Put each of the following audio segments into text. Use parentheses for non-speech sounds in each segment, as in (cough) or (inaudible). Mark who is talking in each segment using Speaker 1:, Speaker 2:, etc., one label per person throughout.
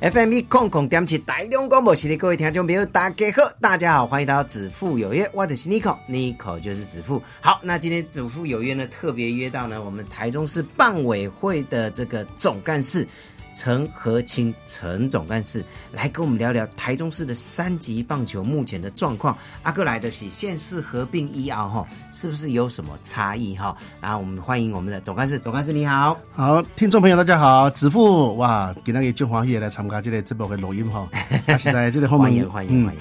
Speaker 1: FM 一空空点起台中广播系列各位听众朋友，大家好，大家好，欢迎来到子父有约，我的是 Nico，Nico 就是子父。好，那今天子父有约呢，特别约到呢我们台中市办委会的这个总干事陈和清陈总干事来跟我们聊聊台中市的三级棒球目前的状况。阿哥来的是县市合并医奥哈，是不是有什么差异哈？然后我们欢迎我们的总干事，总干事你好。
Speaker 2: 好，听众朋友大家好，子父哇，今天个中华也来参加这个直播的录音
Speaker 1: (laughs)
Speaker 2: 哈，啊实在这个后
Speaker 1: 欢
Speaker 2: 面
Speaker 1: 迎欢迎欢
Speaker 2: 嗯，
Speaker 1: 迎，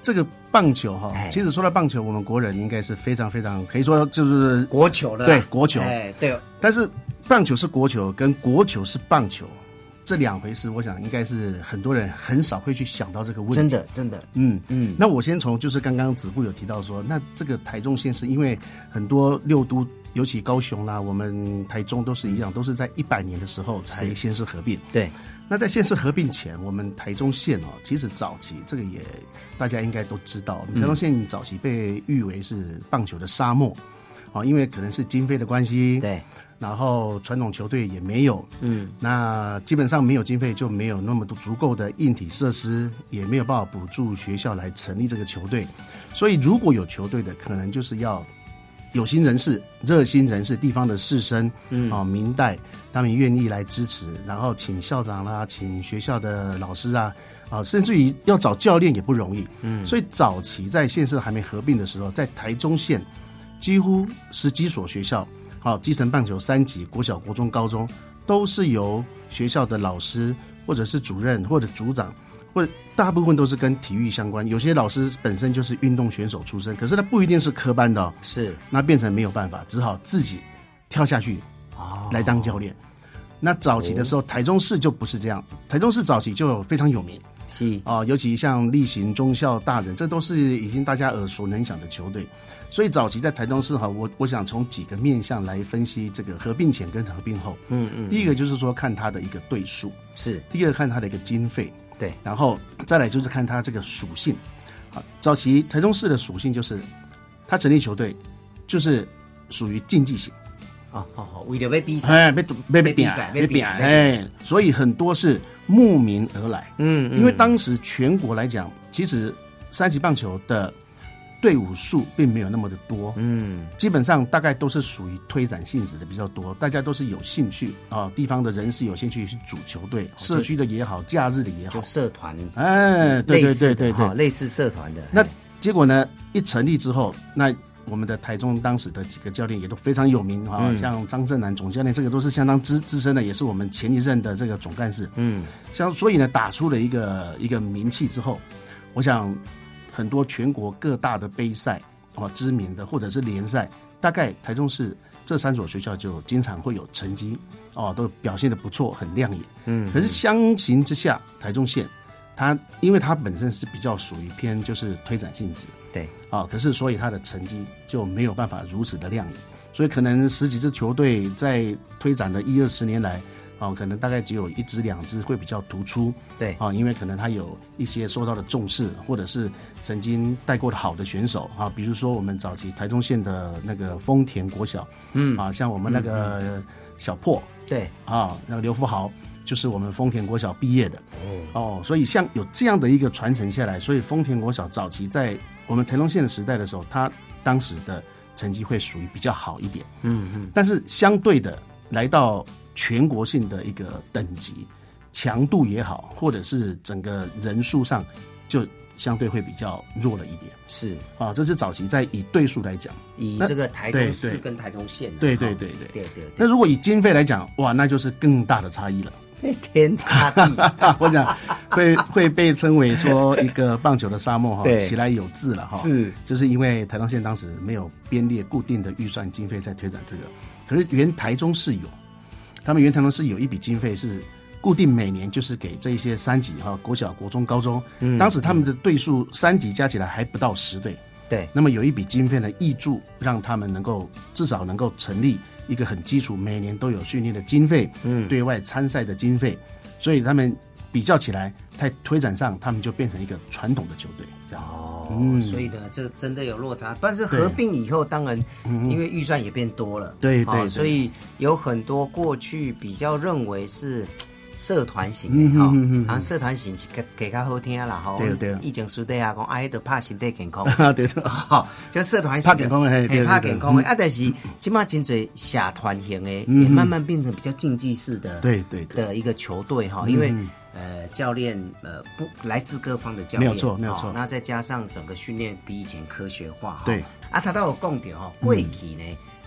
Speaker 2: 这个棒球哈
Speaker 1: 哎，
Speaker 2: 其实说到棒球，我们国人应该是非常非常可以说就是，
Speaker 1: 国球了啦，
Speaker 2: 对国球
Speaker 1: 哎对哦，
Speaker 2: 但是棒球是国球，跟国球是棒球这两回事，我想应该是很多人很少会去想到这个问题。
Speaker 1: 真，的真的，
Speaker 2: 嗯。
Speaker 1: 嗯，
Speaker 2: 那我先从就是刚刚子父有提到说，那这个台中县是因为很多六都，尤其高雄啦、我们台中都是一样，都是在一百年的时候才
Speaker 1: 是
Speaker 2: 先是合并。
Speaker 1: 对，
Speaker 2: 那在县市合并前，我们台中县哦，其实早期这个也大家应该都知道，我们台中县早期被誉为是棒球的沙漠。哦，因为可能是经费的关系，
Speaker 1: 对，
Speaker 2: 然后传统球队也没有，嗯，那基本上没有经费，就没有那么多足够的硬体设施，也没有办法补助学校来成立这个球队，所以如果有球队的，可能就是要有心人士、热心人士、地方的士绅，嗯，哦，明代他们愿意来支持，然后请校长啦、请学校的老师啊，啊，甚至于要找教练也不容易，嗯，所以早期在县市还没合并的时候，在台中县几乎十几所学校，好、基层棒球三级，国小、国中、高中都是由学校的老师或者是主任或者组长。或者大部分都是跟体育相关，有些老师本身就是运动选手出身，可是他不一定是科班的、哦，
Speaker 1: 是
Speaker 2: 那变成没有办法，只好自己跳下去来当教练。那早期的时候，台中市就不是这样，台中市早期就非常有名
Speaker 1: 七
Speaker 2: 啊、尤其像例行、中校、大人，这都是已经大家耳熟能详的球队。所以早期在台中市哈，我我想从几个面向来分析这个合并前跟合并后。嗯嗯，第一个就是说看它的一个对数，
Speaker 1: 是
Speaker 2: 第二看它的一个经费，
Speaker 1: 对，
Speaker 2: 然后再来就是看它这个属性。好，早期台中市的属性就是，它成立球队就是属于竞技型，
Speaker 1: 哦哦哦，为了要比赛，
Speaker 2: 哎，被被被
Speaker 1: 比
Speaker 2: 比
Speaker 1: 赛
Speaker 2: 赛，
Speaker 1: 被
Speaker 2: 被
Speaker 1: 比
Speaker 2: 比
Speaker 1: 赛
Speaker 2: 哎，所以很多是慕名而来。
Speaker 1: 嗯
Speaker 2: 因为当时全国来讲，其实三级棒球的队伍数并没有那么的多，
Speaker 1: 嗯
Speaker 2: 基本上大概都是属于推展性质的比较多，大家都是有兴趣啊、地方的人士有兴趣去组球队，
Speaker 1: 是
Speaker 2: 社区的也好，假日的也好
Speaker 1: 就，社团，
Speaker 2: 哎对对
Speaker 1: 类似的
Speaker 2: 对对对
Speaker 1: 哈类似社团的，
Speaker 2: 那
Speaker 1: 哎
Speaker 2: 结果呢，一成立之后，那我们的台中当时的几个教练也都非常有名啊、像张正南总教练，这个都是相当资资深的，也是我们前一任的这个总干事。
Speaker 1: 嗯，
Speaker 2: 像所以呢，打出了一个一个名气之后，我想很多全国各大的杯赛哦，知名的或者是联赛，大概台中市这三所学校就经常会有成绩哦，都表现的不错，很亮眼。嗯，可是相形之下，台中县它因为它本身是比较属于偏就是推展性质，
Speaker 1: 对，
Speaker 2: 啊，可是所以他的成绩就没有办法如此的亮眼，所以可能十几支球队在推展的一二十年来，啊，可能大概只有一支两支会比较突出，
Speaker 1: 对
Speaker 2: 啊，因为可能他有一些受到的重视，或者是曾经带过的好的选手啊，比如说我们早期台中县的那个丰田国小，嗯，啊，像我们那个小破
Speaker 1: 对，
Speaker 2: 啊，那个刘富豪。就是我们丰田国小毕业的哦，所以像有这样的一个传承下来，所以丰田国小早期在我们台东县的时代的时候，他当时的成绩会属于比较好一点，嗯嗯，但是相对的来到全国性的一个等级强度也好，或者是整个人数上，就相对会比较弱了一点
Speaker 1: 是
Speaker 2: 啊，这是早期在以对数来讲，
Speaker 1: 以
Speaker 2: 那
Speaker 1: 这个台中市
Speaker 2: 对对
Speaker 1: 跟台中县啊，
Speaker 2: 对
Speaker 1: 哈
Speaker 2: 对对对
Speaker 1: 对对
Speaker 2: 那
Speaker 1: 对，
Speaker 2: 如果以经费来讲，哇，那就是更大的差异了。
Speaker 1: (laughs) 天差地
Speaker 2: (laughs)
Speaker 1: 别
Speaker 2: 我想会会被称为说一个棒球的沙漠哈
Speaker 1: 对，
Speaker 2: 其来有自了哈。
Speaker 1: 是，
Speaker 2: 就是因为台东县当时没有编列固定的预算经费在推展这个，可是原台中市有，他们原台中市有一笔经费是固定每年就是给这些
Speaker 1: 嗯
Speaker 2: 三级哈，国小、国中、高中，当时他们的队数三级加起来还不到十队，
Speaker 1: 对，
Speaker 2: 那么有一笔经费呢，挹注让他们能够至少能够成立一个很基础，每年都有训练的经费，嗯，对外参赛的经费，所以他们比较起来，在推展上，他们就变成一个传统的球队，这样。
Speaker 1: 哦，
Speaker 2: 嗯
Speaker 1: 所以呢，这真的有落差。但是合
Speaker 2: 对
Speaker 1: 并以后，当然因为预算也变多了，
Speaker 2: 对
Speaker 1: 哦
Speaker 2: 对对
Speaker 1: 所以有很多过去比较认为是。嘖社团型
Speaker 2: 嗯
Speaker 1: 的哈，
Speaker 2: 嗯嗯嗯
Speaker 1: 好像社团型给给较好听啦吼。
Speaker 2: 对对
Speaker 1: 以前书底下讲，哎，都怕身体健康，
Speaker 2: 啊， (laughs) 对的，
Speaker 1: 哈，就社团型
Speaker 2: 怕健康的嘿对对嗯
Speaker 1: 怕
Speaker 2: 对
Speaker 1: 健康的啊。但是即马真侪社团型的，也慢慢变成比较竞技式的，
Speaker 2: 嗯对对对嗯
Speaker 1: 的一个球队哈，因为。呃，教练呃不来自各方的教练，
Speaker 2: 没有错没有错
Speaker 1: 哦那再加上整个训练比以前科学化，哈
Speaker 2: 对嗯
Speaker 1: 啊，他都有讲到哈，过去呢，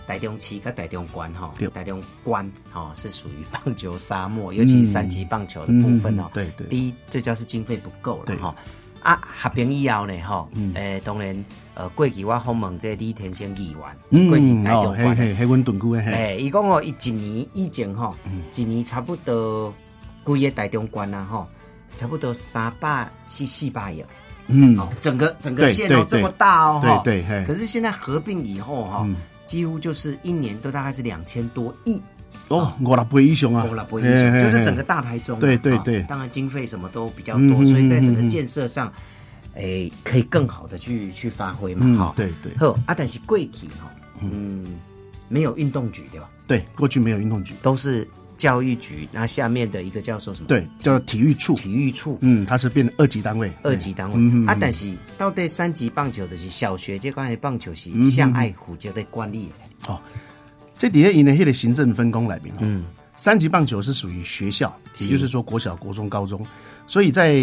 Speaker 1: 台中市跟台中关哈
Speaker 2: 对，嗯
Speaker 1: 台中关哈是属于棒球沙漠，尤其三级棒球的部分哦
Speaker 2: 嗯嗯嗯，对对
Speaker 1: 第一最主要是经费不够了
Speaker 2: 对嗯
Speaker 1: 哈，啊，合并以后呢，吼，诶，当然，呃，过去我访问这李天星议员，过去台
Speaker 2: 哦，
Speaker 1: 中
Speaker 2: 嘿
Speaker 1: 县
Speaker 2: 嘿，
Speaker 1: 的，
Speaker 2: 嘿，阮屯区的嘿，嗯
Speaker 1: 诶，伊讲哦，伊一年以前吼，一年差不多规个台中县啊，吼，差不多三百四四百人，
Speaker 2: 嗯，
Speaker 1: 哦，整个整个
Speaker 2: 对
Speaker 1: 县
Speaker 2: 对
Speaker 1: 哦
Speaker 2: 对
Speaker 1: 这么大哦，吼
Speaker 2: 对对嘿嗯
Speaker 1: 可是现在合并以后哈，几乎就是一年都大概是两千多亿。
Speaker 2: 哦，五六倍以上啊，
Speaker 1: 够了，不会
Speaker 2: 嘿
Speaker 1: 英雄，
Speaker 2: 嘿
Speaker 1: 就是整
Speaker 2: 嘿
Speaker 1: 个大台中啊，
Speaker 2: 对对
Speaker 1: 啊
Speaker 2: 对
Speaker 1: 当然经费什么都比较
Speaker 2: 嗯
Speaker 1: 多，
Speaker 2: 嗯
Speaker 1: 所以在整个
Speaker 2: 嗯嗯
Speaker 1: 建设上，诶，可以更好的去去发挥嘛，
Speaker 2: 嗯
Speaker 1: 哈，
Speaker 2: 对对
Speaker 1: 好啊，但是贵体哈，嗯，没有运动局对吧？
Speaker 2: 对，过去没有运动局，
Speaker 1: 都是教育局，那下面的一个叫做什么？
Speaker 2: 对，叫体育处，
Speaker 1: 体育处，
Speaker 2: 嗯，它是变成二级单位，
Speaker 1: 二级单位、
Speaker 2: 嗯嗯
Speaker 1: 啊
Speaker 2: 嗯，
Speaker 1: 但是到底三级棒球就是小学这关的棒球是
Speaker 2: 嗯
Speaker 1: 向爱虎这类管理的，
Speaker 2: 哦，这底下因为迄个行政分工来面，嗯，三级棒球是属于学校，也就是说国小、国中、高中，所以在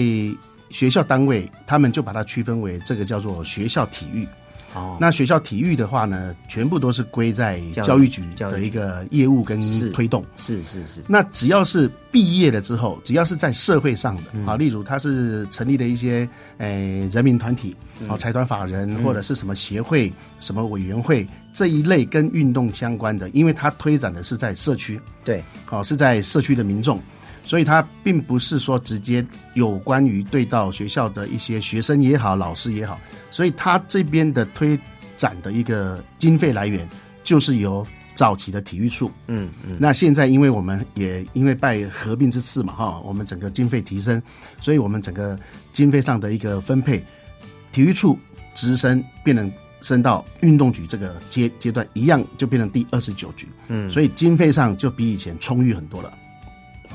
Speaker 2: 学校单位，他们就把它区分为这个叫做学校体育。
Speaker 1: 哦，
Speaker 2: 那学校体育的话呢，全部都是归在
Speaker 1: 教育
Speaker 2: 教育局
Speaker 1: 教育
Speaker 2: 的
Speaker 1: 局
Speaker 2: 一个业务跟
Speaker 1: 是
Speaker 2: 推动。
Speaker 1: 是是是，
Speaker 2: 那只要是毕业了之后，只要是在社会上的啊，例如他是成立的一些诶、呃人民团体啊、财团法人或者是什么协会、什么委员会这一类跟运动相关的，因为它推展的是在社区，
Speaker 1: 对，
Speaker 2: 哦，是在社区的民众，所以它并不是说直接有关于对到学校的一些学生也好、老师也好，所以它这边的推展的一个经费来源就是由早期的体育处，
Speaker 1: 嗯嗯，
Speaker 2: 那现在因为我们也因为拜合并之赐嘛，哈，我们整个经费提升，所以我们整个经费上的一个分配，体育处直升变成升到运动局这个阶阶段，一样就变成第二十九局，嗯，所以经费上就比以前充裕很多了，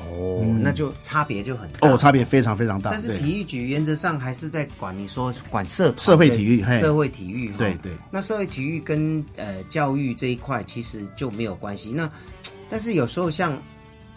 Speaker 1: 哦，那就差别就很大
Speaker 2: 哦，差别非常非常大，
Speaker 1: 啊但是
Speaker 2: 对
Speaker 1: 体育局原则上还是在管你说管社团
Speaker 2: 社会体育
Speaker 1: 这
Speaker 2: 嘿
Speaker 1: 社会体育哈
Speaker 2: 对对
Speaker 1: 那社会体育跟呃教育这一块其实就没有关系。那但是有时候像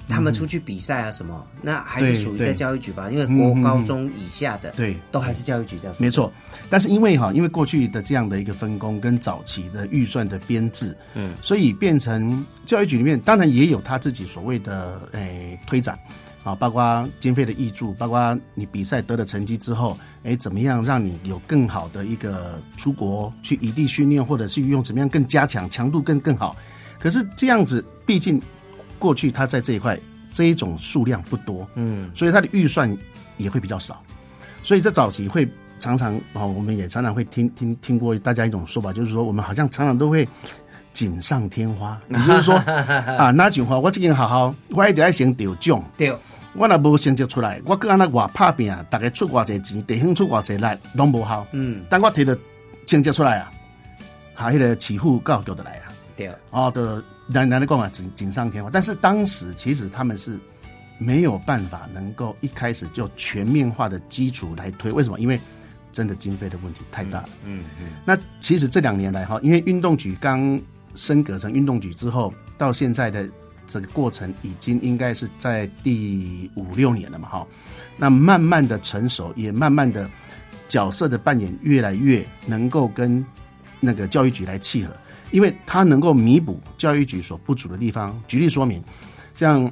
Speaker 1: 他们出去比赛啊什么，那还是
Speaker 2: 对
Speaker 1: 属于
Speaker 2: 嗯对
Speaker 1: 在教育局吧，因为国
Speaker 2: 嗯嗯嗯
Speaker 1: 高中以下的
Speaker 2: 对
Speaker 1: 都还是教育局在负责。
Speaker 2: 没错，但是因为哈，因为过去的这样的一个分工跟早期的预算的编制，嗯，所以变成教育局里面当然也有他自己所谓的诶、推展。啊，包括经费的挹注，包括你比赛得了成绩之后，诶，怎么样让你有更好的一个出国去异地训练，或者是用怎么样更加强强度更更好？可是这样子，毕竟过去他在这一块这一种数量不多，嗯，所以他的预算也会比较少。所以在早期会常常哦，我们也常常会听听听过大家一种说法，就是说我们好像常常都会锦上添花，也就是说啊，那句话我这个人好好，我一定要先得奖，
Speaker 1: 对，
Speaker 2: 我若无成绩出来，我搁安那外拍拼，大家出偌济钱，地方出偌济力，拢无效。
Speaker 1: 嗯，
Speaker 2: 但我摕到成绩出来啊，下迄个起付教育就来啊，
Speaker 1: 对，
Speaker 2: 哦，的难难的讲啊，锦锦上添花。但是当时其实他们是没有办法能够一开始就全面化的基础来推，为什么？因为真的经费的问题太大了。
Speaker 1: 嗯嗯，
Speaker 2: 那其实这两年来哈，因为运动局刚升格成运动局之后，到现在的这个过程已经应该是在第五六年了嘛哈。那慢慢的成熟，也慢慢的角色的扮演越来越能够跟那个教育局来契合，因为它能够弥补教育局所不足的地方。举例说明，像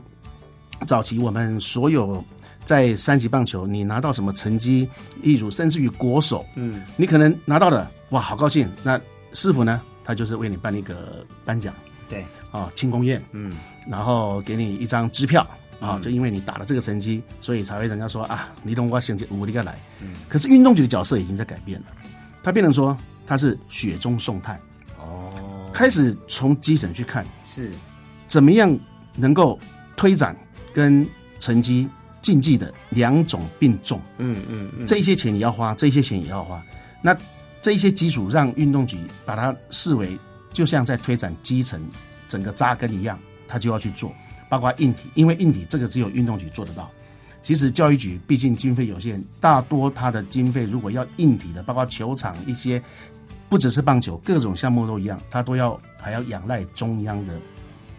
Speaker 2: 早期我们所有在三级棒球，你拿到什么成绩，例如甚至于国手，嗯，你可能拿到了，哇，好高兴。那师傅呢，他就是为你办一个颁奖
Speaker 1: 对，
Speaker 2: 啊，庆功宴，嗯，然后给你一张支票啊，就因为你打了这个成绩，所以才会人家嗯说啊，你懂我成绩，我你个来。可是运动局的角色已经在改变了，他变成说，它是雪中送炭。哦，开始从基层去看，
Speaker 1: 是
Speaker 2: 怎么样能够推展跟成绩竞技的两种并重。嗯嗯嗯，这一些钱也要花，这一些钱也要花。那这一些基础让运动局把它视为就像在推展基层整个扎根一样，他就要去做，包括硬体，因为硬体这个只有运动局做得到。其实教育局毕竟经费有限，大多它的经费如果要硬体的，包括球场一些，不只是棒球，各种项目都一样，它都要还要仰赖中央的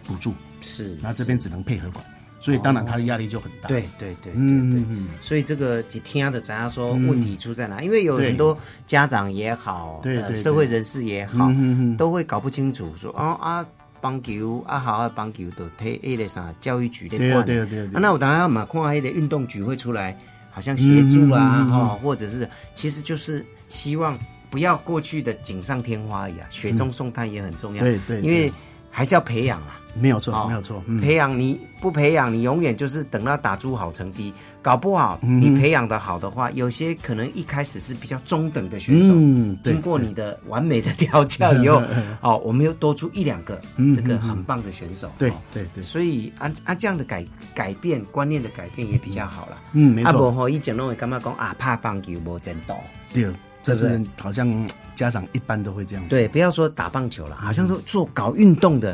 Speaker 2: 补助。
Speaker 1: 是，
Speaker 2: 那这边只能配合管，所以当然他的压力就很大。
Speaker 1: 对，对对对对
Speaker 2: 嗯，
Speaker 1: 所以这个几天啊的，咱要说问题出在哪？因为有很多家长也好，
Speaker 2: 对对
Speaker 1: 呃、
Speaker 2: 对
Speaker 1: 社会人士也好，
Speaker 2: 嗯嗯嗯
Speaker 1: 都会搞不清楚说哦啊。棒球啊，好啊，棒球都推那个啥教育局的
Speaker 2: 对啊
Speaker 1: 管，
Speaker 2: 对啊对啊对啊
Speaker 1: 那我当然嘛，看那个运动局会出来，好像协助啊，
Speaker 2: 嗯嗯嗯嗯
Speaker 1: 哈、或者是其实就是希望不要过去的锦上添花一样，雪中送炭也很重要，
Speaker 2: 嗯对对
Speaker 1: 因为还是要培养啊，
Speaker 2: 没有
Speaker 1: 哦
Speaker 2: 错，没有错。嗯，
Speaker 1: 培养你不培养，你永远就是等到打出好成绩，搞不好
Speaker 2: 嗯
Speaker 1: 你培养的好的话，有些可能一开始是比较中等的选手，
Speaker 2: 嗯对嗯
Speaker 1: 经过你的完美的调教以
Speaker 2: (laughs)
Speaker 1: 后，哦，我们又多出一两个这个很棒的选手，
Speaker 2: 嗯对
Speaker 1: 哦
Speaker 2: 对对
Speaker 1: 所以按按这样的改改变观念的改变也比较好啦。
Speaker 2: 嗯没错
Speaker 1: 啊不吼，以前拢会感觉讲啊，怕棒球无前途。
Speaker 2: 对，这
Speaker 1: 对
Speaker 2: 是好像嗯家长一般都会这样子。
Speaker 1: 对，不要说打棒球了，好像说做搞运动的，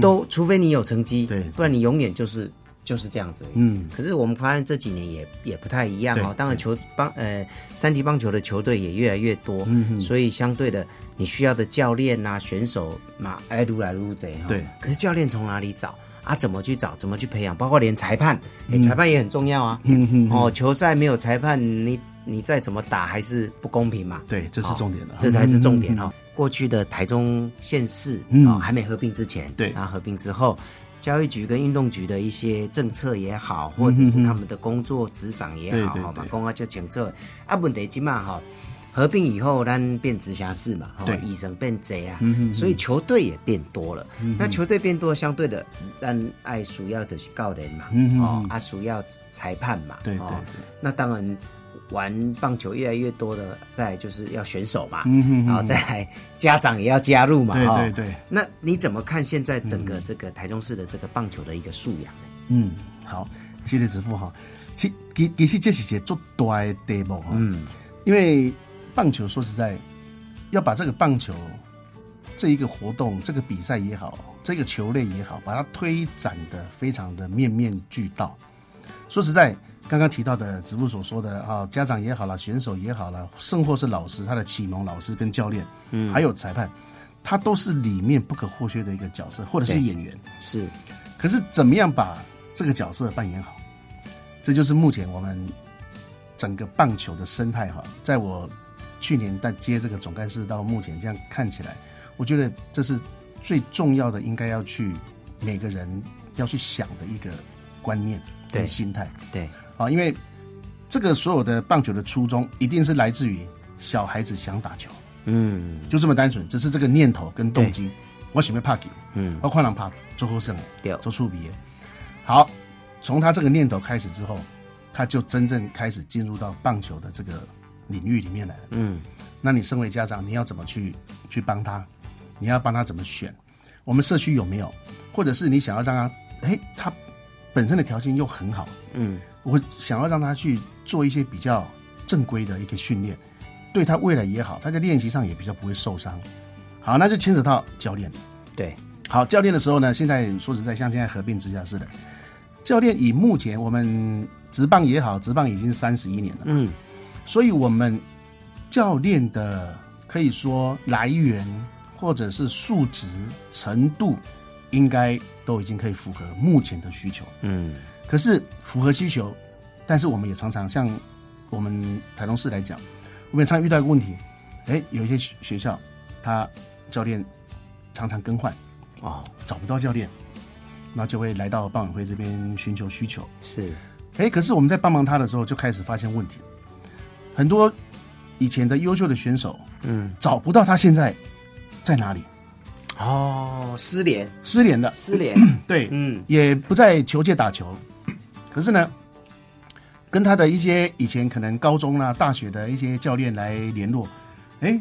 Speaker 1: 都除非你有成绩，
Speaker 2: 嗯对
Speaker 1: 不然你永远就是就是这样子。
Speaker 2: 嗯，
Speaker 1: 可是我们发现这几年也也不太一样哦
Speaker 2: 对，
Speaker 1: 当然球棒呃三级棒球的球队也越来越多，
Speaker 2: 嗯
Speaker 1: 所以相对的你需要的教练呐、选手嘛，哎撸来撸贼哈。
Speaker 2: 对，
Speaker 1: 可是教练从哪里找？啊，怎么去找？怎么去培养？包括连裁判，
Speaker 2: 嗯
Speaker 1: 哎，裁判也很重要啊。哦，球赛没有裁判，你你再怎么打还是不公平嘛。
Speaker 2: 对，这是重点的，
Speaker 1: 哦
Speaker 2: 嗯
Speaker 1: 这才是重点哦。过去的台中县市哦，还没合并之前，
Speaker 2: 对
Speaker 1: 然后合并之后，教育局跟运动局的一些政策也好，或者是他们的工作职掌也好，
Speaker 2: 嗯对对
Speaker 1: 好吧，
Speaker 2: 对
Speaker 1: 公安就请这啊，问题起码哈。合并以后，咱变直辖市嘛，
Speaker 2: 对嗯
Speaker 1: 哦，医生变贼啊，所以球队也变多了。那球队变多，相对的，咱爱主要就是教练嘛，
Speaker 2: 嗯
Speaker 1: 哦，啊，主要裁判嘛，
Speaker 2: 对
Speaker 1: 哦
Speaker 2: 对
Speaker 1: 那当然，玩棒球越来越多的，再来就是要选手嘛，嗯、然后再来家长也要加入嘛，
Speaker 2: 对
Speaker 1: 哈
Speaker 2: 对对
Speaker 1: 那你怎么看现在整个这个台中市的这个棒球的一个素养呢？
Speaker 2: 嗯，好，谢谢子父哈。其其其实这是一个足大的题目哈。嗯，因为棒球说实在，要把这个棒球这一个活动、这个比赛也好，这个球类也好，把它推展的非常的面面俱到。说实在，刚刚提到的子父所说的啊，家长也好了，选手也好了，甚或是老师，他的启蒙老师跟教练，嗯，还有裁判，他都是里面不可或缺的一个角色，或者是
Speaker 1: 对
Speaker 2: 演员。
Speaker 1: 是
Speaker 2: 可是怎么样把这个角色扮演好，这就是目前我们整个棒球的生态哈。在我去年在接这个总干事到目前这样看起来，我觉得这是最重要的，应该要去每个人要去想的一个观念
Speaker 1: 对
Speaker 2: 跟心态
Speaker 1: 对，
Speaker 2: 啊，因为这个所有的棒球的初衷一定是来自于小孩子想打球。
Speaker 1: 嗯，
Speaker 2: 就这么单纯，只是这个念头跟动机。我想要拍球，
Speaker 1: 嗯
Speaker 2: 嗯，我看人拍做好胜
Speaker 1: 对
Speaker 2: 的，做出鼻的。好，从他这个念头开始之后，他就真正开始进入到棒球的这个领域里面来了。
Speaker 1: 嗯，
Speaker 2: 那你身为家长，你要怎么去去帮他？你要帮他怎么选？我们社区有没有？或者是你想要让他，哎，他本身的条件又很好，
Speaker 1: 嗯，
Speaker 2: 我想要让他去做一些比较正规的一个训练，对他未来也好，他在练习上也比较不会受伤。好，那就牵扯到教练。
Speaker 1: 对，
Speaker 2: 好，教练的时候呢，现在说实在，像现在合并直辖市的教练，以目前我们职棒也好，职棒已经三十一年了，
Speaker 1: 嗯，
Speaker 2: 所以我们教练的可以说来源或者是数值程度，应该都已经可以符合目前的需求。
Speaker 1: 嗯，
Speaker 2: 可是符合需求，但是我们也常常像我们台中市来讲，我们也常遇到一个问题，哎，有一些学学校，他教练常常更换，
Speaker 1: 哦，
Speaker 2: 找不到教练，那就会来到棒委会这边寻求需求。
Speaker 1: 是，
Speaker 2: 哎，可是我们在帮忙他的时候，就开始发现问题，很多以前的优秀的选手，
Speaker 1: 嗯，
Speaker 2: 找不到他现在在哪里，
Speaker 1: 哦，失联，
Speaker 2: 失联了，
Speaker 1: 失 (coughs) 联，
Speaker 2: 对，
Speaker 1: 嗯，
Speaker 2: 也不在球界打球， (clears throat) 可是呢，跟他的一些以前可能高中啊、大学的一些教练来联络，哎，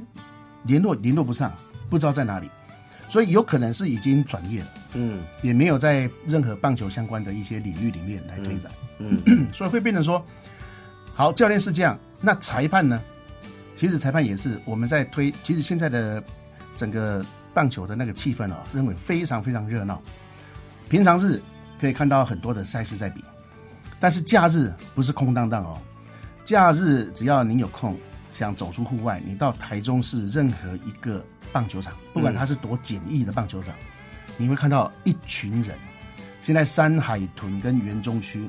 Speaker 2: 联络联络不上，不知道在哪里，所以有可能是已经转业了，
Speaker 1: 嗯
Speaker 2: 也没有在任何棒球相关的一些领域里面来推展，
Speaker 1: 嗯
Speaker 2: (clears throat) 所以会变成说，好，教练是这样，那裁判呢？其实裁判也是我们在推，其实现在的整个棒球的那个气氛啊、氛围非常非常热闹。平常日可以看到很多的赛事在比，但是假日不是空荡荡哦。假日只要您有空，想走出户外，你到台中市任何一个棒球场，不管它是多简易的棒球场，你会看到一群人。现在山海豚跟园中区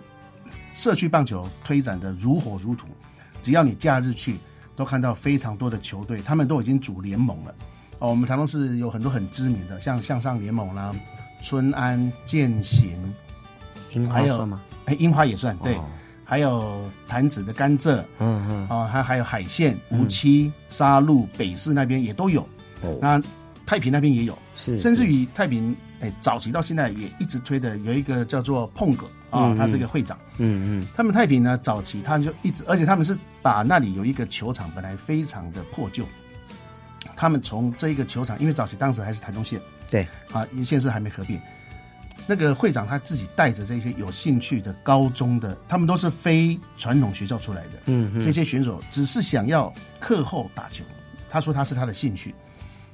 Speaker 2: 社区棒球推展的如火如荼，只要你假日去，都看到非常多的球队，他们都已经组联盟了。哦，我们台中市有很多很知名的，像向上联盟啦、春安、践行，
Speaker 1: 樱花
Speaker 2: 还有
Speaker 1: 算吗？
Speaker 2: 哎，樱花也算对，
Speaker 1: 哦
Speaker 2: 还有潭子的甘蔗，
Speaker 1: 嗯嗯，
Speaker 2: 哦，还还有海线、无期、沙鹿、北市那边也都有，
Speaker 1: 哦
Speaker 2: 那太平那边也有，
Speaker 1: 是
Speaker 2: 甚至
Speaker 1: 是
Speaker 2: 于太平，哎，早期到现在也一直推的有一个叫做碰哥啊，他是一个会长。
Speaker 1: 嗯嗯
Speaker 2: 他们太平呢，早期他们就一直，而且他们是把那里有一个球场本来非常的破旧，他们从这一个球场，因为早期当时还是台中县
Speaker 1: 对，
Speaker 2: 啊，县市还没合并，那个会长他自己带着这些有兴趣的高中的，他们都是非传统学校出来的，
Speaker 1: 嗯嗯
Speaker 2: 这些选手只是想要课后打球，他说他是他的兴趣，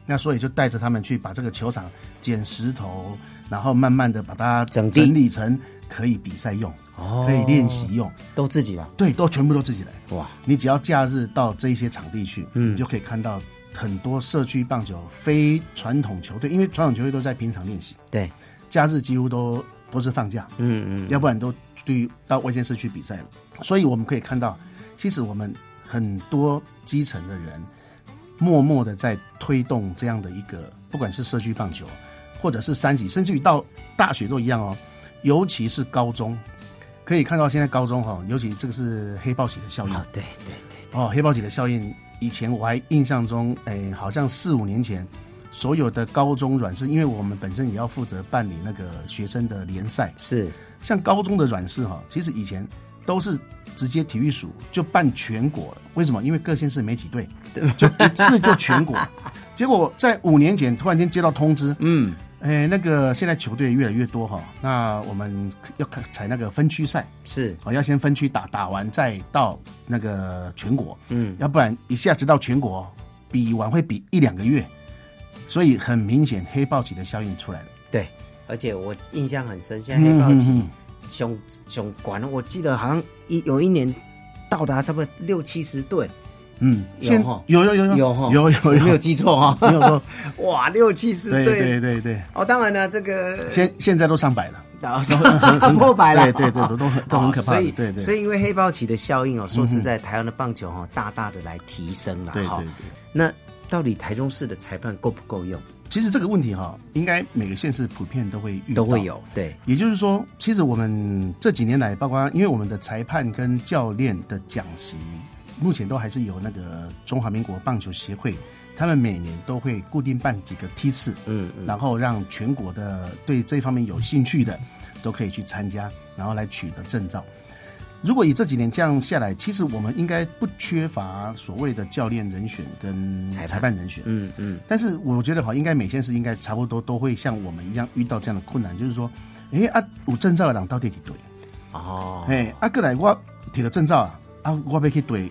Speaker 2: 那所以就带着他们去把这个球场捡石头，然后慢慢的把它
Speaker 1: 整地
Speaker 2: 整理成可以比赛用，
Speaker 1: 哦
Speaker 2: 可以练习用，
Speaker 1: 都自己吧，
Speaker 2: 对，都全部都自己来。
Speaker 1: 哇，
Speaker 2: 你只要假日到这一些场地去，你就可以看到很多社区棒球非传统球队，因为传统球队都在平常练习，
Speaker 1: 对，
Speaker 2: 假日几乎都都是放假，
Speaker 1: 嗯嗯，
Speaker 2: 要不然都去到外县市去比赛了。所以我们可以看到，其实我们很多基层的人，默默的在推动这样的一个，不管是社区棒球，或者是三级，甚至于到大学都一样哦。尤其是高中，可以看到现在高中哈、哦，尤其这个是黑豹旗的效应
Speaker 1: 啊，对对对，
Speaker 2: 哦，黑豹姐的效应，以前我还印象中，哎，好像四五年前，所有的高中软式，因为我们本身也要负责办理那个学生的联赛，
Speaker 1: 是
Speaker 2: 像高中的软式哈，其实以前都是直接体育署就办全国了，为什么？因为各县市没几队，就一次就
Speaker 1: (laughs)
Speaker 2: 全国。结果在五年前突然间接到通知，嗯，哎，那个现在球队越来越多哈，那我们要开采那个分区赛，
Speaker 1: 是，
Speaker 2: 哦，要先分区打，打完再到那个全国，
Speaker 1: 嗯，
Speaker 2: 要不然一下子到全国，比完会比一两个月，所以很明显黑豹旗的效应出来了。
Speaker 1: 对，嗯而且我印象很深，现在黑豹旗熊熊管，我记得好像一有一年到达差不多六七十队，
Speaker 2: 嗯，
Speaker 1: 有
Speaker 2: 现
Speaker 1: 吼
Speaker 2: 有有有有
Speaker 1: 嗯有哈，
Speaker 2: 有有
Speaker 1: 我没有
Speaker 2: 有，
Speaker 1: 记错哈，
Speaker 2: (laughs) 没有错，
Speaker 1: (laughs) 哇，六七十
Speaker 2: 对对
Speaker 1: 队，
Speaker 2: 对对，
Speaker 1: 哦，当然了，这个
Speaker 2: 现现在都上百了，
Speaker 1: 然后破百了，
Speaker 2: 对对对都都很都很可怕
Speaker 1: 哦所以
Speaker 2: 对对
Speaker 1: 所以因为黑豹旗的效应哦，说实在，台湾的棒球哈、哦、大大的来提升了
Speaker 2: 对
Speaker 1: 哈
Speaker 2: 对对。
Speaker 1: 那到底台中市的裁判够不够用？
Speaker 2: 其实这个问题哈，应该每个县市普遍都会遇到
Speaker 1: 都会有，对，
Speaker 2: 也就是说，其实我们这几年来，包括因为我们的裁判跟教练的讲习，目前都还是由那个中华民国棒球协会，他们每年都会固定办几个梯次，
Speaker 1: 嗯
Speaker 2: 然后让全国的对这方面有兴趣的都可以去参加，然后来取得证照。如果以这几年这样下来，其实我们应该不缺乏所谓的教练人选跟
Speaker 1: 裁判
Speaker 2: 裁判人选，
Speaker 1: 嗯嗯，
Speaker 2: 但是我觉得哈，应该每件事应该差不多都会像我们一样遇到这样的困难，就是说，诶啊，有证照的人到底几对？
Speaker 1: 哦，
Speaker 2: 诶、啊，过来我摕了证照啊，啊，我要去对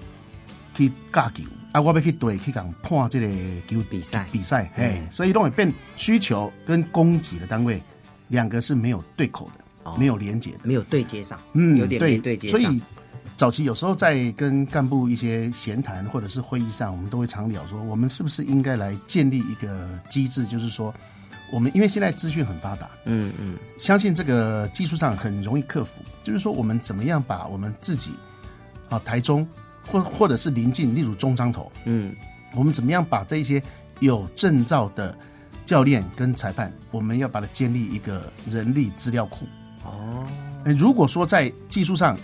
Speaker 2: 去教球，啊，我要去对去共判这个球
Speaker 1: 比赛
Speaker 2: 比赛，嘿，
Speaker 1: 嗯
Speaker 2: 所以都会变需求跟供给的单位两个是没有对口的，
Speaker 1: 哦
Speaker 2: 没有连接的。
Speaker 1: 没有对接上，
Speaker 2: 嗯，
Speaker 1: 有点没
Speaker 2: 对
Speaker 1: 对接
Speaker 2: 所
Speaker 1: 上，
Speaker 2: 以早期有时候在跟干部一些闲谈或者是会议上，我们都会常聊说，我们是不是应该来建立一个机制，就是说，我们因为现在资讯很发达，
Speaker 1: 嗯嗯，
Speaker 2: 相信这个技术上很容易克服，就是说我们怎么样把我们自己啊台中或或者是临近，例如中彰头，
Speaker 1: 嗯，
Speaker 2: 我们怎么样把这一些有证照的教练跟裁判，我们要把它建立一个人力资料库。
Speaker 1: 哦，
Speaker 2: 诶哎如果说在技术上、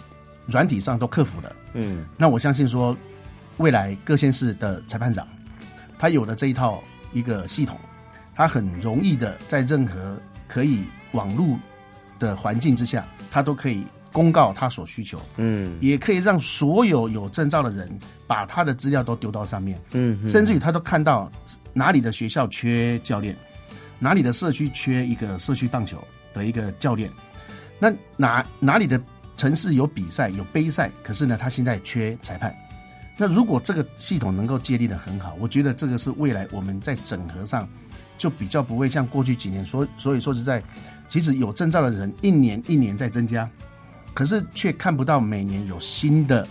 Speaker 2: 软体上都克服了，
Speaker 1: 嗯，
Speaker 2: 那我相信说，未来各县市的裁判长，他有了这一套一个系统，他很容易的在任何可以网络的环境之下，他都可以公告他所需求，
Speaker 1: 嗯
Speaker 2: 也可以让所有有证照的人把他的资料都丢到上面，
Speaker 1: 嗯
Speaker 2: 甚至于他都看到哪里的学校缺教练，哪里的社区缺一个社区棒球的一个教练，那哪哪里的城市有比赛有杯赛，可是呢，他现在缺裁判。那如果这个系统能够建立的很好，我觉得这个是未来我们在整合上就比较不会像过去几年所所以说实在，其实有证照的人一年一年在增加，可是却看不到每年有新的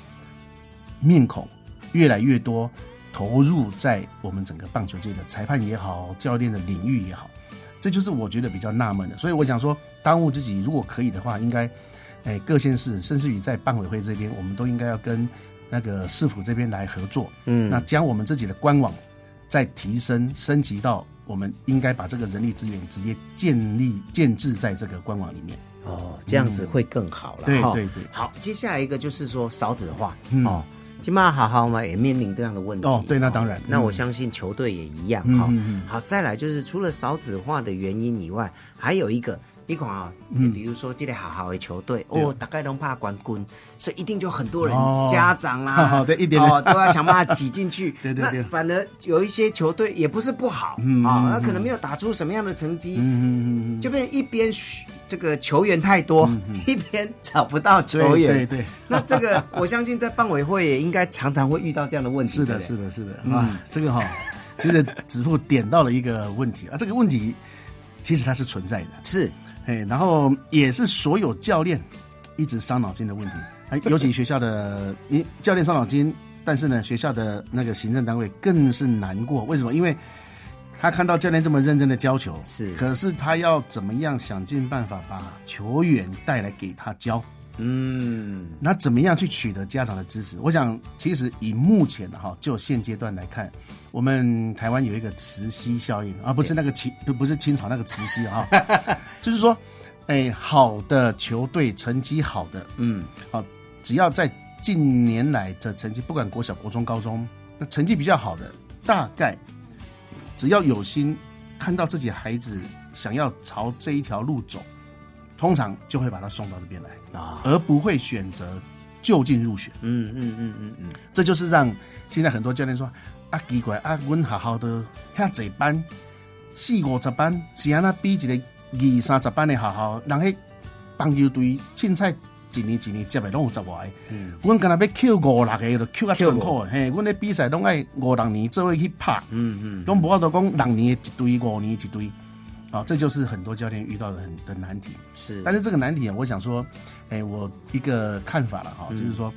Speaker 2: 面孔越来越多投入在我们整个棒球界的裁判也好，教练的领域也好，这就是我觉得比较纳闷的。所以我想说，当务之急，如果可以的话，应该，哎，各县市甚至于在棒委会这边，我们都应该要跟那个市府这边来合作，
Speaker 1: 嗯
Speaker 2: 那将我们自己的官网再提升升级到。我们应该把这个人力资源直接建立建制在这个官网里面。
Speaker 1: 哦，这样子会更好了。
Speaker 2: 嗯对
Speaker 1: 哈
Speaker 2: 对对
Speaker 1: 好，接下来一个就是说少子化、
Speaker 2: 嗯
Speaker 1: 哦。金马好好嘛，也面临这样的问题。
Speaker 2: 哦对那当然
Speaker 1: 哦那我
Speaker 2: 嗯
Speaker 1: 相信球队也一样
Speaker 2: 嗯
Speaker 1: 哈、
Speaker 2: 嗯嗯
Speaker 1: 好，再来就是除了少子化的原因以外，还有一个。你看啊、比如说这类好好的球队、
Speaker 2: 嗯对
Speaker 1: 哦，大概都怕冠军，所以一定就很多人、
Speaker 2: (laughs) 哦
Speaker 1: 家长啦、
Speaker 2: 对一点点
Speaker 1: 哦，都要想办法挤进去。
Speaker 2: (laughs) 对对对
Speaker 1: 那反而有一些球队也不是不好啊、
Speaker 2: 嗯
Speaker 1: 哦，那
Speaker 2: 嗯
Speaker 1: 可能没有打出什么样的成绩，
Speaker 2: 嗯嗯嗯嗯，
Speaker 1: 就变成一边嘘这个球员太多，一边找不到球员。
Speaker 2: 嗯哦对对对
Speaker 1: 那这个 (laughs) 我相信在办委会也应该常常会遇到这样的问题。
Speaker 2: 是
Speaker 1: 对
Speaker 2: 的，
Speaker 1: 不对嗯
Speaker 2: 是的，是的啊，这个哈、 (laughs) 其实子父点到了一个问题啊，这个问题其实它是存在的，
Speaker 1: 是，
Speaker 2: 哎，然后也是所有教练一直伤脑筋的问题，
Speaker 1: (laughs)
Speaker 2: 哎，尤其学校的你教练伤脑筋，但是呢，学校的那个行政单位更是难过，为什么？因为他看到教练这么认真的教球，
Speaker 1: 是
Speaker 2: 可是他要怎么样想尽办法把球员带来给他教，
Speaker 1: 嗯，
Speaker 2: 那怎么样去取得家长的支持？我想，其实以目前哈，就现阶段来看，我们台湾有一个磁吸效应，啊而、不是那个清，不不是清朝那个磁吸啊，就是说，哎，好的球队成绩好的，
Speaker 1: 嗯，
Speaker 2: 好，只要在近年来的成绩，不管国小、国中、高中，那成绩比较好的，大概只要有心看到自己孩子想要朝这一条路走，通常就会把他送到这边来。
Speaker 1: 啊、
Speaker 2: 而不会选择就近入学。
Speaker 1: 嗯嗯嗯嗯嗯，
Speaker 2: 这就是让现在很多教练说啊，奇怪啊，阮学校的啊遐侪班，四五十班是安那比一个二三十班的学校，人迄棒球队凊彩一年一年接的拢有十外个。阮敢若要扣五六个，就扣
Speaker 1: 扣
Speaker 2: 啊辛苦的。嘿，阮咧比赛拢爱五六年做伙去拍，
Speaker 1: 嗯嗯，
Speaker 2: 拢无法度讲六年的一队，五年一队。啊、这就是很多教练遇到的很的难题。
Speaker 1: 是，
Speaker 2: 但是这个难题啊，我想说，哎，我一个看法了哈，
Speaker 1: 嗯
Speaker 2: 就是说，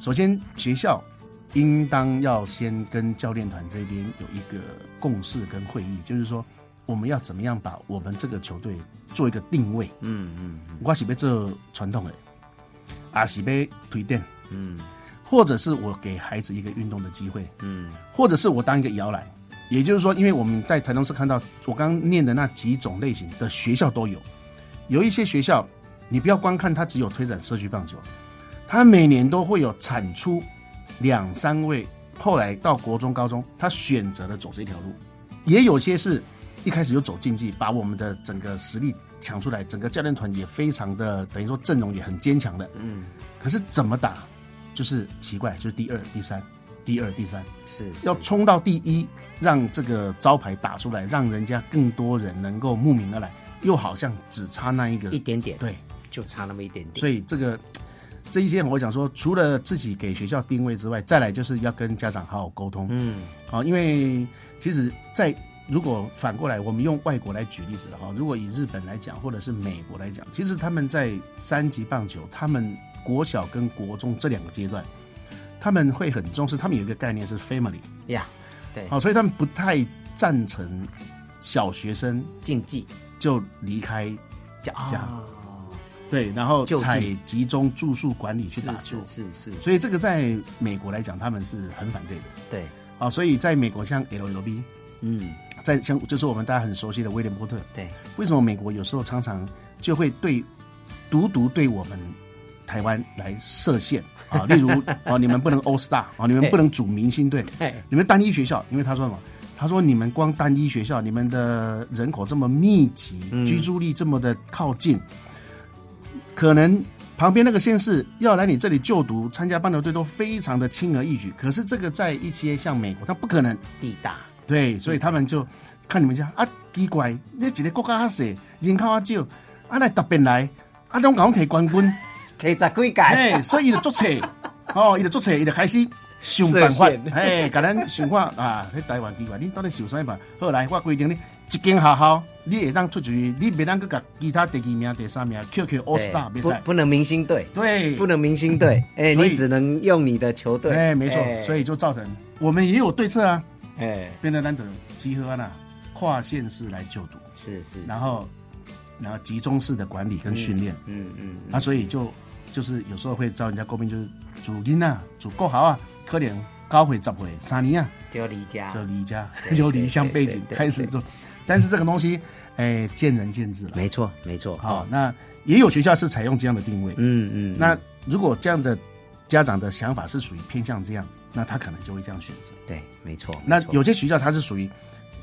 Speaker 2: 首先学校应当要先跟教练团这边有一个共识跟会议，就是说我们要怎么样把我们这个球队做一个定位。
Speaker 1: 嗯嗯嗯
Speaker 2: 我是要做传统的，啊是要推荐，
Speaker 1: 嗯
Speaker 2: 或者是我给孩子一个运动的机会，
Speaker 1: 嗯，
Speaker 2: 或者是我当一个摇篮。也就是说，因为我们在台中市看到我刚刚念的那几种类型的学校都有，有一些学校，你不要光看它只有推展社区棒球，它每年都会有产出两三位，后来到国中、高中，他选择了走这条路，也有些是一开始就走竞技，把我们的整个实力抢出来，整个教练团也非常的等于说阵容也很坚强的，
Speaker 1: 嗯，
Speaker 2: 可是怎么打就是奇怪，就是第二、第三、第二、第三。
Speaker 1: 是
Speaker 2: 要
Speaker 1: 是
Speaker 2: 冲到第一，让这个招牌打出来，让人家更多人能够慕名而来，又好像只差那一个
Speaker 1: 一点点，，
Speaker 2: 对，
Speaker 1: 就差那么一点点。
Speaker 2: 所
Speaker 1: 以
Speaker 2: 以这个这一些我想说，除了自己给学校定位之外，再来就是要跟家长好好沟通，
Speaker 1: 嗯
Speaker 2: 好，因为其实在，如果反过来，我们用外国来举例子的话，如果以日本来讲，或者是美国来讲，其实他们在三级棒球，他们国小跟国中这两个阶段，他们会很重视，他们有一个概念是 family。
Speaker 1: 呀，对，
Speaker 2: 哦好，所以他们不太赞成小学生
Speaker 1: 竞技
Speaker 2: 就离开
Speaker 1: 讲
Speaker 2: 家，对，然后
Speaker 1: 就近
Speaker 2: 采集中住宿管理去打
Speaker 1: 是
Speaker 2: 球
Speaker 1: 是。是是，
Speaker 2: 所以
Speaker 1: 是
Speaker 2: 这个在美国来讲，他们是很反对的。
Speaker 1: 对，
Speaker 2: 好，所以在美国像 LLB，
Speaker 1: 嗯
Speaker 2: 在像就是我们大家很熟悉的威廉波特，
Speaker 1: 对，
Speaker 2: 为什么美国有时候常常就会对独独对我们台湾来设限啊？例如啊，你们不能 All Star 啊，你们不能组明星
Speaker 1: (laughs)
Speaker 2: 队
Speaker 1: 对，
Speaker 2: 你们单一学校，因为他说什么？他说你们光单一学校，你们的人口这么密集，居住力这么的靠近，可能。旁边那个县市要来你这里就读、参加棒球队都非常的轻而易举。可是这个在一些像美国，它不可能。
Speaker 1: 地大，
Speaker 2: 对，所以他们就看你们家啊，奇怪，你一个国家较小，人口较少，啊来特别来，啊拢甲阮摕冠军，
Speaker 1: 提十几
Speaker 2: 哎、
Speaker 1: 届，
Speaker 2: 所以伊就
Speaker 1: (laughs)
Speaker 2: 做册，哦，伊就做册，伊就开始想办法
Speaker 1: 设，限
Speaker 2: 哎，甲咱想看啊，迄台湾奇怪，恁到底想啥办法？后来我规定你一间学校，你会当出去，你袂当去甲其他第二名、第三名、QQ All
Speaker 1: 对
Speaker 2: Star 比
Speaker 1: 哎不
Speaker 2: 赛，
Speaker 1: 不能明星队，
Speaker 2: 对，
Speaker 1: 不能明星队，哎，
Speaker 2: 所以
Speaker 1: 你只能用你的球队，
Speaker 2: 哎，没错，所
Speaker 1: 以，
Speaker 2: 以就造成我们也有对策啊，
Speaker 1: 哎，
Speaker 2: 变得难得集合啊呐，跨县市来就读。
Speaker 1: 是是，是
Speaker 2: 然，后然后集中式的管理跟训练、
Speaker 1: 嗯嗯，
Speaker 2: 啊，所以就就是有时候会遭人家诟病，就是主囡啊，主够好啊，可怜高回十回三年啊，
Speaker 1: 就要离家
Speaker 2: 就，离家，
Speaker 1: 对
Speaker 2: 就离乡背
Speaker 1: 对
Speaker 2: 景
Speaker 1: 对对
Speaker 2: 开始做。但是这个东西，哎，见仁见智了。
Speaker 1: 没错没错，
Speaker 2: 好、那也有学校是采用这样的定位。
Speaker 1: 嗯嗯，
Speaker 2: 那如果这样的家长的想法是属于偏向这样，那他可能就会这样选择。
Speaker 1: 对，没错，
Speaker 2: 那
Speaker 1: 没错
Speaker 2: 有，些学校它是属于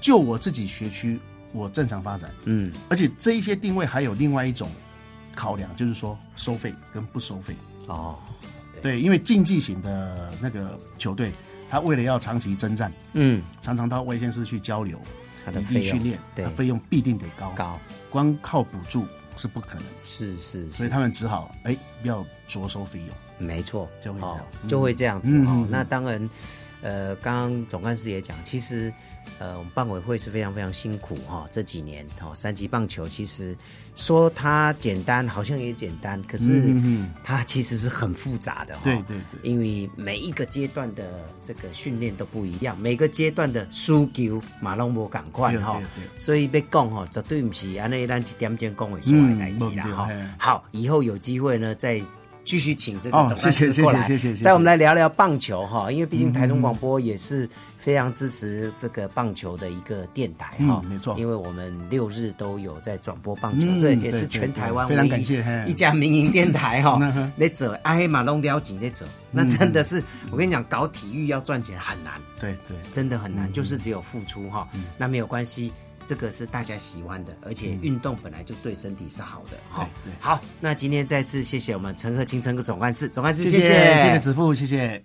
Speaker 2: 就我自己学区，我正常发展。
Speaker 1: 嗯，
Speaker 2: 而且这一些定位还有另外一种考量，就是说收费跟不收费。
Speaker 1: 哦，
Speaker 2: 对，因为竞技型的那个球队，他为了要长期征战，
Speaker 1: 嗯，
Speaker 2: 常常到外县市去交流、
Speaker 1: 他的
Speaker 2: 异
Speaker 1: 费
Speaker 2: 地
Speaker 1: 用
Speaker 2: 训练，
Speaker 1: 对
Speaker 2: 他费用必定得高，
Speaker 1: 高，
Speaker 2: 光靠补助是不可能，
Speaker 1: 是是，
Speaker 2: 所
Speaker 1: 是，
Speaker 2: 以他们只好哎要着收费用。
Speaker 1: 没错，
Speaker 2: 就会这样
Speaker 1: 哦
Speaker 2: 嗯
Speaker 1: 就会这样子
Speaker 2: 嗯
Speaker 1: 哦
Speaker 2: 嗯。
Speaker 1: 那当然，呃，刚刚总干事也讲，其实呃，我们棒委会是非常非常辛苦哈，这几年哦，三级棒球其实说它简单，好像也简单，可是
Speaker 2: 嗯
Speaker 1: 它其实是很复杂的哈。哦
Speaker 2: 对对对
Speaker 1: 因为每一个阶段的这个训练都不一样，每个阶段的输球马龙无赶快
Speaker 2: 对
Speaker 1: 哈
Speaker 2: 对，对
Speaker 1: 所以要讲吼，绝对不是安尼咱一点钟讲会说的代志啦
Speaker 2: 嗯
Speaker 1: 哈
Speaker 2: 没对嘿。
Speaker 1: 好，以后有机会呢再继续请这个
Speaker 2: 哦
Speaker 1: 总干
Speaker 2: 谢谢
Speaker 1: 事过来，
Speaker 2: 谢谢谢谢谢谢嗯
Speaker 1: 再我们来聊聊棒球哈，因为毕竟台中广播也是非常支持这个棒球的一个电台哈，
Speaker 2: 嗯没错
Speaker 1: 因为我们六日都有在转播棒球，
Speaker 2: 嗯
Speaker 1: 这也
Speaker 2: 对
Speaker 1: 是
Speaker 2: 对
Speaker 1: 全台湾
Speaker 2: 对非常
Speaker 1: 唯一
Speaker 2: 感谢嘿
Speaker 1: 一家民营电台哈哎
Speaker 2: 嗯哼，嗯
Speaker 1: 那走阿黑马龙了紧那走，那真的是我跟你讲，搞体育要赚钱很难，
Speaker 2: 对对，
Speaker 1: 真的很难，就是只有付出哈。那没有关系，这个是大家喜欢的，而且运动本来就对身体是好的哈
Speaker 2: 对对。
Speaker 1: 好，那今天再次谢谢我们陈鹤清陈总干事，总干事
Speaker 2: 谢
Speaker 1: 谢
Speaker 2: 谢谢子父，谢谢。